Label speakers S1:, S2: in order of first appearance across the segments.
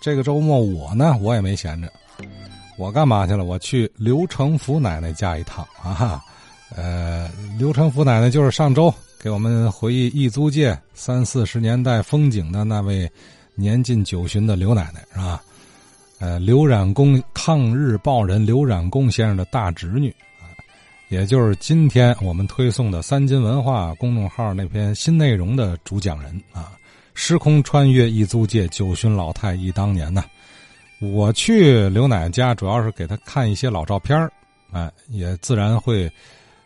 S1: 这个周末我呢，我也没闲着，我干嘛去了？我去刘成福奶奶家一趟啊。呃，刘成福奶奶就是上周给我们回忆异租界三四十年代风景的那位年近九旬的刘奶奶，是吧？呃，刘冉公抗日报人刘冉公先生的大侄女啊，也就是今天我们推送的三金文化公众号那篇新内容的主讲人啊。时空穿越异租界，九旬老太忆当年呐、我去刘奶奶家，主要是给她看一些老照片儿，哎，也自然会，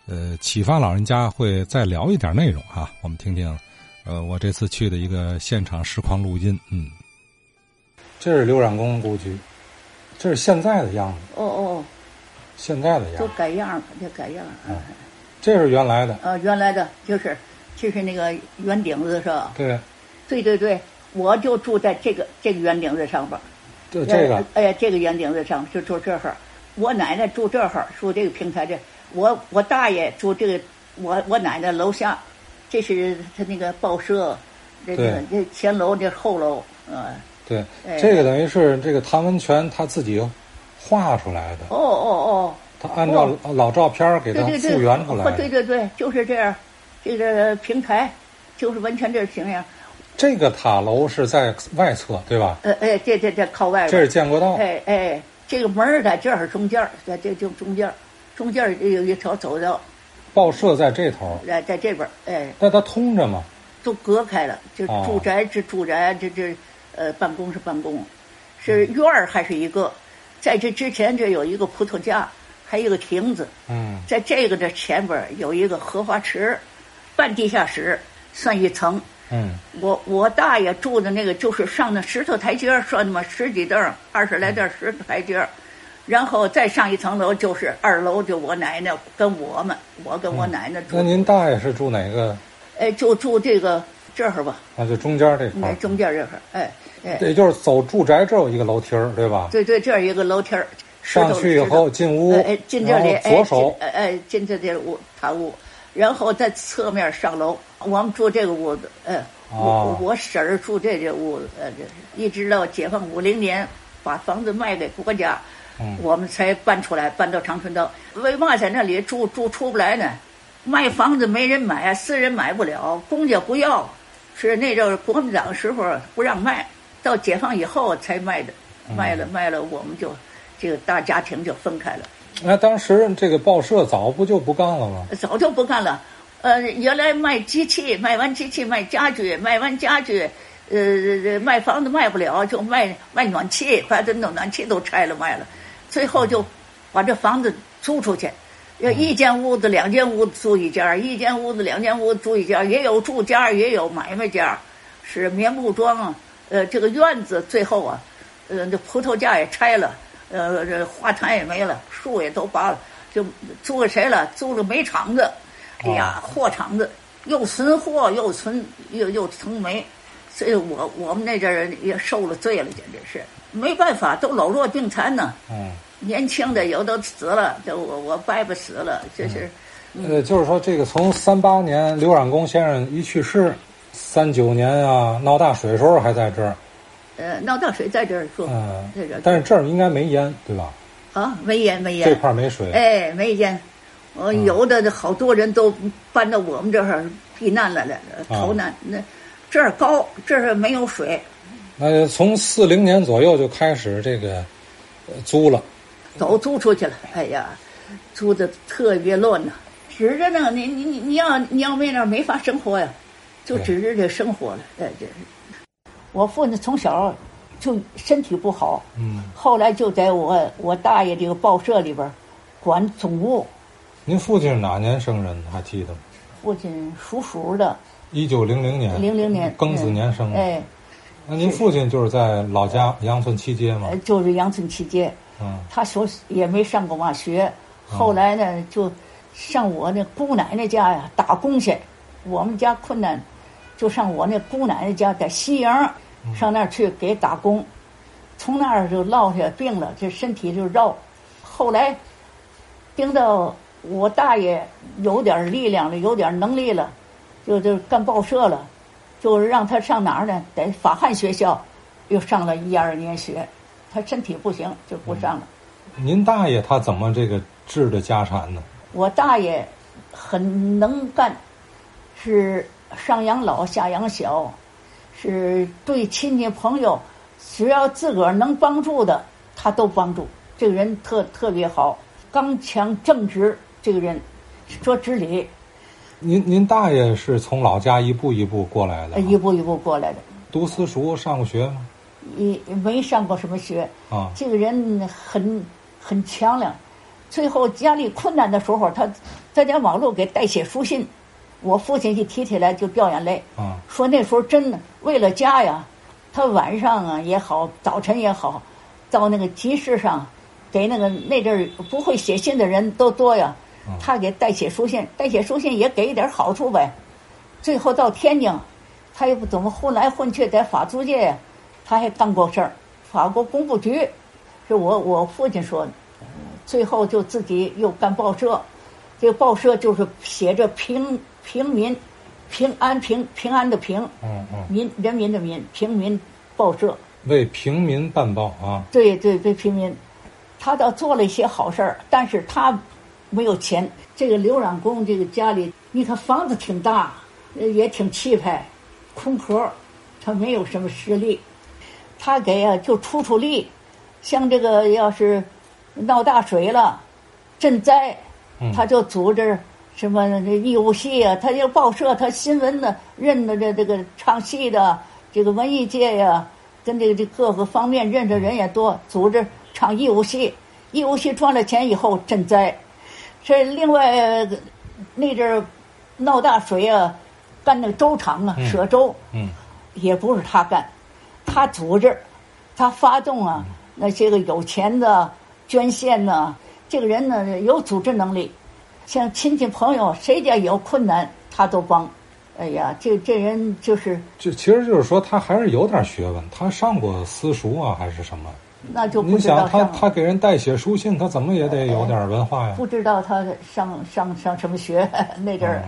S1: 呃，启发老人家会再聊一点内容哈、我们听听，呃，我这次去的一个现场实况录音，嗯，这是刘冉宫故居，这是现在的样子，
S2: 哦哦，
S1: 现在的
S2: 哦，
S1: 样
S2: 都
S1: 子，
S2: 改样了，就改样了。
S1: 嗯
S2: 啊
S1: 这是原来的，
S2: 啊，原来的就是就是那个圆顶子是吧？
S1: 对，
S2: 对对对，我就住在这个这个圆顶子上边儿。
S1: 这这个
S2: 哎，哎呀，这个圆顶子上就住这儿。我奶奶住这儿，住这个平台这。我我大爷住这个，我我奶奶楼下，这是他那个报社，这个这前楼这后楼，呃，
S1: 对，
S2: 哎
S1: 这个等于是这个谭文全他自己画出来的。
S2: 哦哦哦，
S1: 他按照老照片儿给
S2: 对
S1: 它
S2: 对对，哦
S1: 复原出来
S2: 对
S1: 的。
S2: 对对，就是这样，这个平台就是完全这形样。
S1: 这个塔楼是在外侧，对吧？
S2: 呃哎，这这这靠外
S1: 这
S2: 边
S1: 是
S2: 儿，
S1: 建国道。
S2: 哎哎，这个门儿在这儿中间儿，在这就中间儿，中间儿有一条走道，
S1: 报社在这头，
S2: 在在这边儿，哎，
S1: 那它通着嘛？
S2: 都隔开了，就
S1: 哦
S2: 住宅是住宅，这这呃办公是办公，是
S1: 嗯
S2: 院儿还是一个，在这之前这有一个葡萄架，还有一个亭子，
S1: 嗯，
S2: 在这个的前边儿有一个荷花池，半地下室，算一层，
S1: 嗯，
S2: 我我大爷住的那个就是上那石头台阶儿，说那么十几凳儿，二十
S1: 嗯
S2: 来凳儿石头台阶儿，然后再上一层楼就是二楼，就我奶奶跟我们，我跟我奶奶住，
S1: 嗯那您大爷是住哪个？
S2: 哎，就住这个这儿吧，
S1: 啊，就中间这块
S2: 哎，
S1: 儿。
S2: 中间这块儿，哎哎，
S1: 也就是走住宅这儿有一个楼梯儿，对吧？
S2: 对对，这儿一个楼梯儿，石头
S1: 上去以后，进屋
S2: 哎哎，进这里，
S1: 然后
S2: 哎，
S1: 左手
S2: 进哎哎进这这屋堂屋，然后在侧面上楼，我们住这个屋子，哎，
S1: 哦
S2: 我我婶儿住这这屋子，呃，这一直到解放五零年，把房子卖给国家，
S1: 嗯
S2: 我们才搬出来，搬到长春道。为嘛在那里住住出不来呢？卖房子没人买，啊私人买不了，公家不要，是那阵儿国民党时候不让卖，到解放以后才卖的，
S1: 嗯
S2: 卖了卖了，我们就这个大家庭就分开了。
S1: 那当时这个报社早不就不干了吗？
S2: 早就不干了。呃，原来卖机器，卖完机器卖家具，卖完家具，呃，卖房子卖不了，就卖卖暖气，把这暖暖气都拆了卖了，最后就把这房子租出去。要一间屋子、两间屋子租一家，一间屋子、两间屋子租一家，也有住家，也有买卖家，是棉布庄啊。呃，这个院子最后啊，呃，这葡萄架也拆了，呃，这花坛也没了，树也都拔了，就租给谁了？租了煤厂子，哎呀，货场子又存货又存又又存煤，所以我我们那阵儿也受了罪了，简直是没办法，都老弱病残呢。
S1: 嗯，
S2: 年轻的有都死了，这我我伯伯死了，这是
S1: 呃，就是说这个从三八年刘冉公先生一去世，三九年啊闹大水时候还在这儿，
S2: 呃闹大水在这儿住，
S1: 嗯
S2: 在这儿住
S1: 但是这儿应该没烟，对吧？
S2: 啊没烟没
S1: 这
S2: 烟，
S1: 块儿没嗯水。
S2: 哎没烟，我有的好多人都搬到我们这儿避难来了，
S1: 啊
S2: 逃难那这儿高这儿没有水，
S1: 那就从四零年左右就开始这个呃租了，
S2: 都
S1: 嗯
S2: 租出去了。哎呀，租的特别乱呐、指着呢，你你你你要你要没那儿没法生活呀，就指着这生活了。哎，这是我父亲从小就身体不好，
S1: 嗯，
S2: 后来就在我我大爷这个报社里边儿管总务，
S1: 您父亲是哪年生人的？还记得吗？
S2: 父亲属鼠的，
S1: 一九零零年，
S2: 零零年
S1: 庚子年生的。
S2: 哎，
S1: 那您父亲就是在老家杨村七街嘛
S2: 呃？就是杨村期间。
S1: 嗯，
S2: 他小也没上过嘛学，后来呢就上我那姑奶奶家呀打工去。我们家困难，就上我那姑奶奶家，在西营，上那儿去给打工。从那儿就落下病了，这身体就绕。后来盯到我大爷有点力量了，有点能力了，就就干报社了，就是让他上哪儿呢？在法汉学校又上了一二年学，他身体不行就不上了。
S1: 您大爷他怎么这个治的家产呢？
S2: 我大爷很能干，是上养老下养小，是对亲戚朋友，只要自个儿能帮助的，他都帮助。这个人特特别好，刚强正直，这个人说知理，
S1: 您您大爷是从老家一步一步过来的
S2: 呃
S1: 吗，
S2: 一步一步过来的。
S1: 读私塾上过学吗？
S2: 也没上过什么学，
S1: 啊，
S2: 这个人很很强量，最后家里困难的时候，他他家网络给代写书信，我父亲一提起来就掉眼泪，
S1: 啊，
S2: 说那时候真的为了家呀，他晚上啊也好，早晨也好，到那个集市上，给那个那阵儿不会写信的人都多呀
S1: 嗯，
S2: 他给代写书信，代写书信也给一点好处呗。最后到天津，他也不怎么混来混去，在法租界呀，他还干过事儿。法国工部局，是我我父亲说的。最后就自己又干报社，这个报社就是写着平平民，平安平平安的平，
S1: 嗯嗯，
S2: 民人民的民，平民报社。
S1: 为平民办报啊，
S2: 对对对，平民，他倒做了一些好事儿，但是他没有钱。这个刘冉公这个家里，你看房子挺大，呃也挺气派，空壳儿，他没有什么实力，他给啊就出出力，像这个要是闹大水了，赈灾
S1: 嗯，
S2: 他就组织什么这义务戏啊，他就报社，他新闻呢，认得这这个唱戏的这个文艺界呀、跟这个这各个方面认识人也多，组织唱义务戏，义务戏赚了钱以后赈灾，这另外呃那阵儿闹大水啊，干那个粥厂啊，
S1: 嗯
S2: 舍粥
S1: 嗯
S2: 也不是他干，他组织，他发动啊
S1: 嗯
S2: 那些个有钱的捐献呐、这个人呢有组织能力，像亲戚朋友谁家有困难他都帮，哎呀，这这人就是。
S1: 这其实就是说他还是有点学问，他上过私塾啊，还是什么？
S2: 那就不
S1: 您
S2: 知道
S1: 想
S2: 上
S1: 他他给人代写书信，他怎么也得有点文化呀？
S2: 不知道他上上上什么学 那阵
S1: 哦
S2: 儿，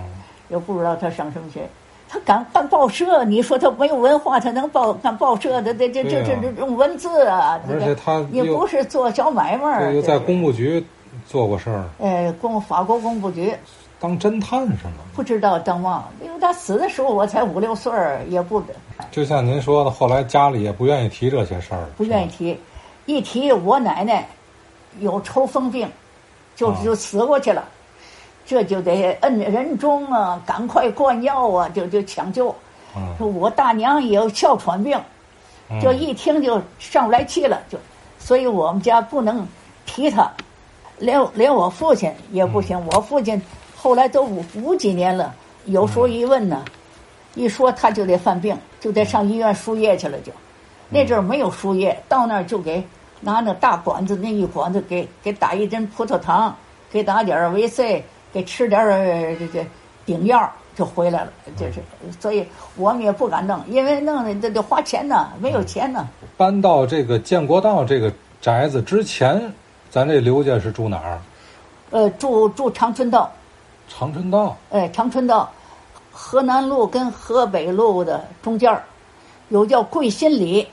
S2: 又不知道他上什么学。他敢干报社，你说他没有文化，他能报干报社的？这这这
S1: 对
S2: 这
S1: 啊
S2: 这种文字啊，
S1: 而且他
S2: 也
S1: 又
S2: 不是做小买卖儿
S1: 这，又
S2: 这
S1: 在
S2: 是
S1: 工部局做过事儿，
S2: 呃公法国工部局，
S1: 当侦探是吗？
S2: 不知道张望，因为他死的时候我才五六岁儿，也不
S1: 就像您说的，后来家里也不愿意提这些事儿，
S2: 不愿意
S1: 是吧。
S2: 提。一提我奶奶有抽风病，就
S1: 啊
S2: 就死过去了，这就得摁人中啊，赶快灌药啊，就就抢救。说
S1: 嗯
S2: 我大娘也有哮喘病，
S1: 嗯，
S2: 这一听就上不来气了，就，所以我们家不能提他，连连我父亲也不行，我父亲后来都五五几年了，有时候一问呢，一说他就得犯病，就得上医院输液去了就，那阵儿没有输液，到那儿就给拿那大管子那一管子给给打一针葡萄糖，给打点儿维 C，给吃点儿呃这这顶药。就回来了，就是，
S1: 嗯
S2: 所以我们也不敢弄，因为弄的这得花钱呢，没
S1: 嗯
S2: 有钱呢。
S1: 搬到这个建国道这个宅子之前，咱这刘家是住哪儿？
S2: 呃，住住长春道，
S1: 长春道。
S2: 哎，长春道，河南路跟河北路的中间儿，有叫桂新里，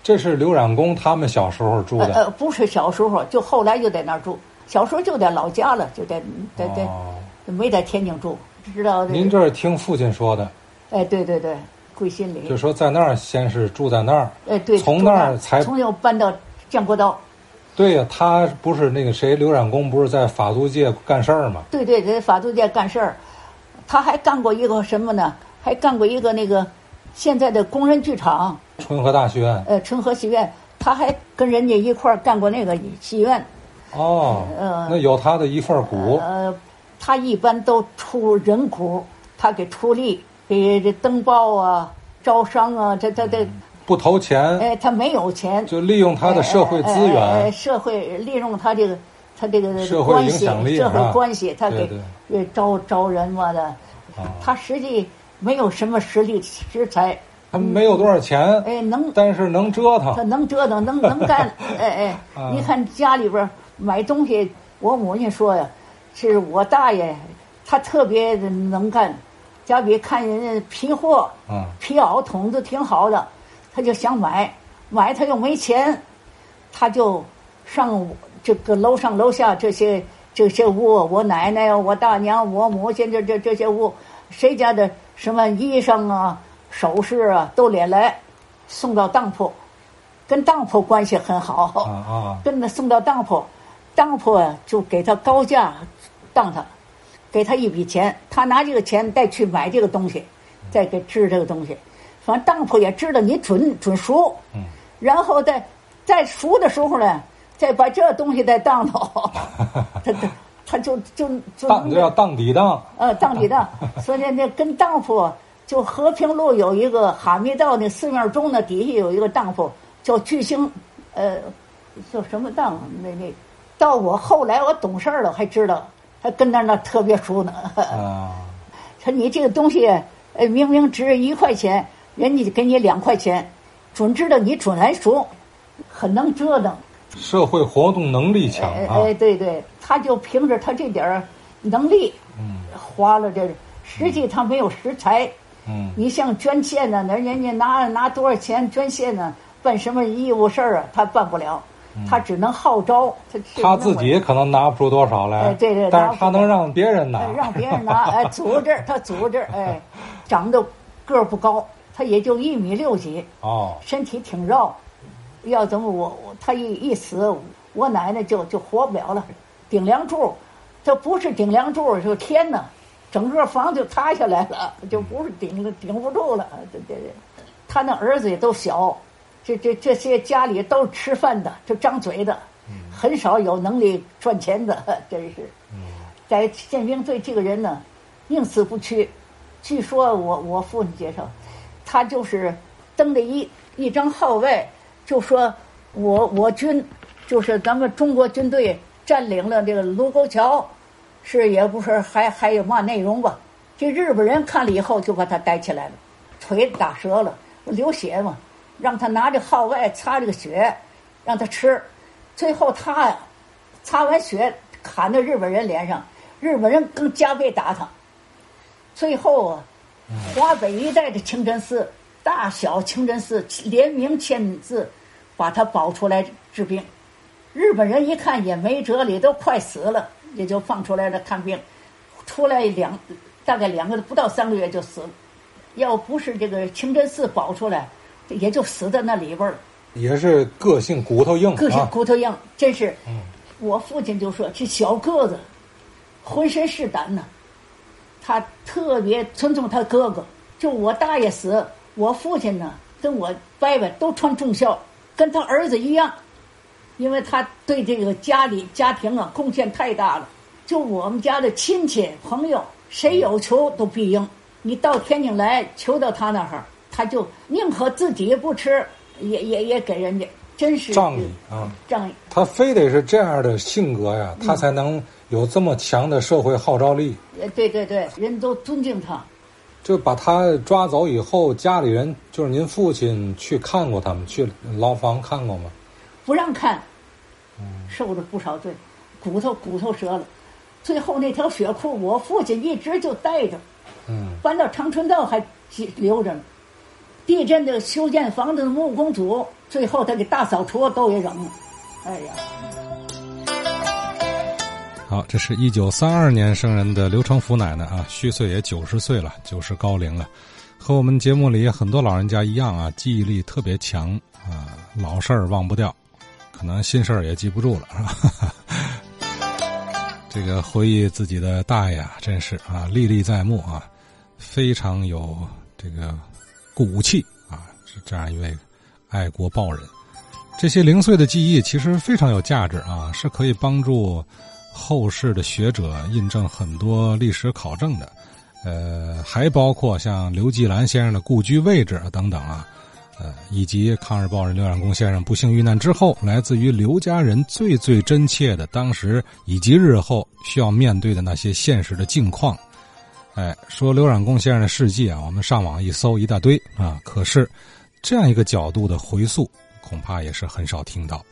S1: 这是刘冉公他们小时候住
S2: 呃
S1: 的。
S2: 呃，不是小时候，就后来就在那儿住，小时候就在老家了，就在在在、
S1: 哦，
S2: 没在天津住，知道这
S1: 您
S2: 个，
S1: 这是听父亲说的，
S2: 哎，对对对，桂新
S1: 就
S2: 里，
S1: 说在那儿先是住在那儿。
S2: 哎，对，
S1: 从
S2: 住
S1: 那儿才
S2: 从又搬到建国道，
S1: 对呀、他不是那个谁，刘冉公不是在法租界干事儿吗？
S2: 对对，在法租界干事儿，他还干过一个什么呢？还干过一个那个现在的工人剧场，
S1: 春和大学院。
S2: 呃，春和戏院，他还跟人家一块儿干过那个戏院。
S1: 哦，
S2: 呃
S1: 那有他的一份股。
S2: 呃，他一般都出人股，他给出力，给这登报啊、招商啊，这这这，
S1: 不投钱，
S2: 哎，他没有钱，
S1: 就利用他的社会资
S2: 哎哎哎哎
S1: 源。
S2: 社会利用他这个他这个
S1: 社会
S2: 关
S1: 影
S2: 系、
S1: 响力
S2: 社
S1: 啊
S2: 会关系，他
S1: 对啊
S2: 给呃招招人嘛的，他实际没有什么实力实才，
S1: 他没有多少钱，
S2: 哎，能
S1: 但是能折
S2: 他
S1: 腾。
S2: 能折腾，能能 干，哎
S1: 啊
S2: 哎，你看家里边儿买东西，我母亲说呀，是我大爷，他特别能干，家里看人家皮货、
S1: 嗯
S2: 皮袄筒子挺好的，他就想买，买他又没钱，他就上这个楼上楼下这些这些屋，我奶奶、我大娘、我母亲这这这些屋，谁家的什么衣裳啊、首饰啊都得来，送到当铺，跟当铺关系很好，
S1: 啊啊
S2: 跟他送到当铺，当铺啊就给他高价当他，给他一笔钱，他拿这个钱再去买这个东西，再给支这个东西，反正当铺也知道你准准赎，
S1: 嗯，
S2: 然后在在赎的时候呢，再把这东西再当头，他他他就就就
S1: 当就要当抵当，
S2: 呃，当地的，所以那跟当铺就和平路有一个哈密道那寺庙中的底下有一个当铺叫巨星，呃，叫什么当？那那，到我后来我懂事儿了，还知道，还跟那儿那特别熟呢。
S1: 啊，
S2: 说你这个东西，呃，明明值一块钱，人家就给你两块钱，准知道你准来熟，很能折腾。
S1: 社会活动能力强
S2: 哎
S1: 啊，
S2: 哎，对对，他就凭着他这点儿能力，
S1: 嗯
S2: 花了这，实际他没有食材。
S1: 嗯
S2: 你像捐献呢，人人家拿拿多少钱捐献呢？办什么义务事儿啊？他办不了，他只能号召，他只
S1: 嗯他
S2: 能
S1: 自己可能拿不出多少来，
S2: 哎对对
S1: 但
S2: 拿
S1: 是
S2: 不
S1: 他
S2: 出
S1: 能让别人拿
S2: 呃，让别 人拿，哎，组织他组织，哎，长得个儿不高，他也就一米六几，
S1: 哦，
S2: 身体挺弱，要怎么我我他一一死，我奶奶就就活不了了。顶梁柱，这不是顶梁柱，就天呐，整个房就塌下来了，就不是顶了顶不住了。这这这，他那儿子也都小，这这这些家里都是吃饭的，就张嘴的，很少有能力赚钱的，真是。在宪兵队这个人呢，宁死不屈。据说我我父亲介绍，他就是登了一一张号外，就说我我军就是咱们中国军队占领了这个卢沟桥，是也不是还还有嘛内容吧？这日本人看了以后就把他逮起来了，腿打折了，流血嘛，让他拿着号外擦这个血，让他吃，最后他呀擦完血砍到日本人脸上，日本人更加倍打他。最后啊，华北一带的清真寺，大小清真寺联名签字，把他保出来治病。日本人一看也没辙了，也都快死了，也就放出来了看病。出来两大概两个不到三个月就死了，要不是这个清真寺保出来，也就死在那里边了。
S1: 也是个性骨头硬
S2: 个性
S1: 啊，嗯
S2: 骨头硬，真是。我父亲就说：“这小个子，浑身是胆呐、他特别尊重他哥哥。就我大爷死，我父亲呢跟我伯伯都穿重孝，跟他儿子一样，因为他对这个家里家庭啊贡献太大了。就我们家的亲戚朋友，谁有求都必应。你到天津来求到他那儿，他就宁可自己不吃，也也也给人家，真是
S1: 仗义啊。
S2: 仗义。
S1: 他非得是这样的性格呀，他才能有这么强的社会号召力。
S2: 呃，对对对，人都尊敬他。
S1: 就把他抓走以后，家里人就是您父亲去看过他们，去牢房看过吗？
S2: 不让看，受了不少罪，骨头骨头折了。最后那条血裤，我父亲一直就带着，
S1: 嗯，
S2: 搬到长春道还留着呢。地震的修建房子的木工组，最后他给大扫除都给扔了。哎呀，
S1: 好，这是一九三二年生人的刘成福奶奶啊，虚岁也九十岁了，九十高龄了，和我们节目里很多老人家一样啊，记忆力特别强啊，老事儿忘不掉，可能新事儿也记不住了，是吧？ 这个回忆自己的大爷啊，真是啊，历历在目啊，非常有这个骨气啊，是这样一位爱国报人。这些零碎的记忆其实非常有价值啊，是可以帮助后世的学者印证很多历史考证的，呃，还包括像刘继兰先生的故居位置等等啊，呃，以及抗日报人刘养功先生不幸遇难之后，来自于刘家人最最真切的当时以及日后需要面对的那些现实的境况。哎，说刘冉公先生的事迹啊，我们上网一搜一大堆啊，可是这样一个角度的回溯，恐怕也是很少听到。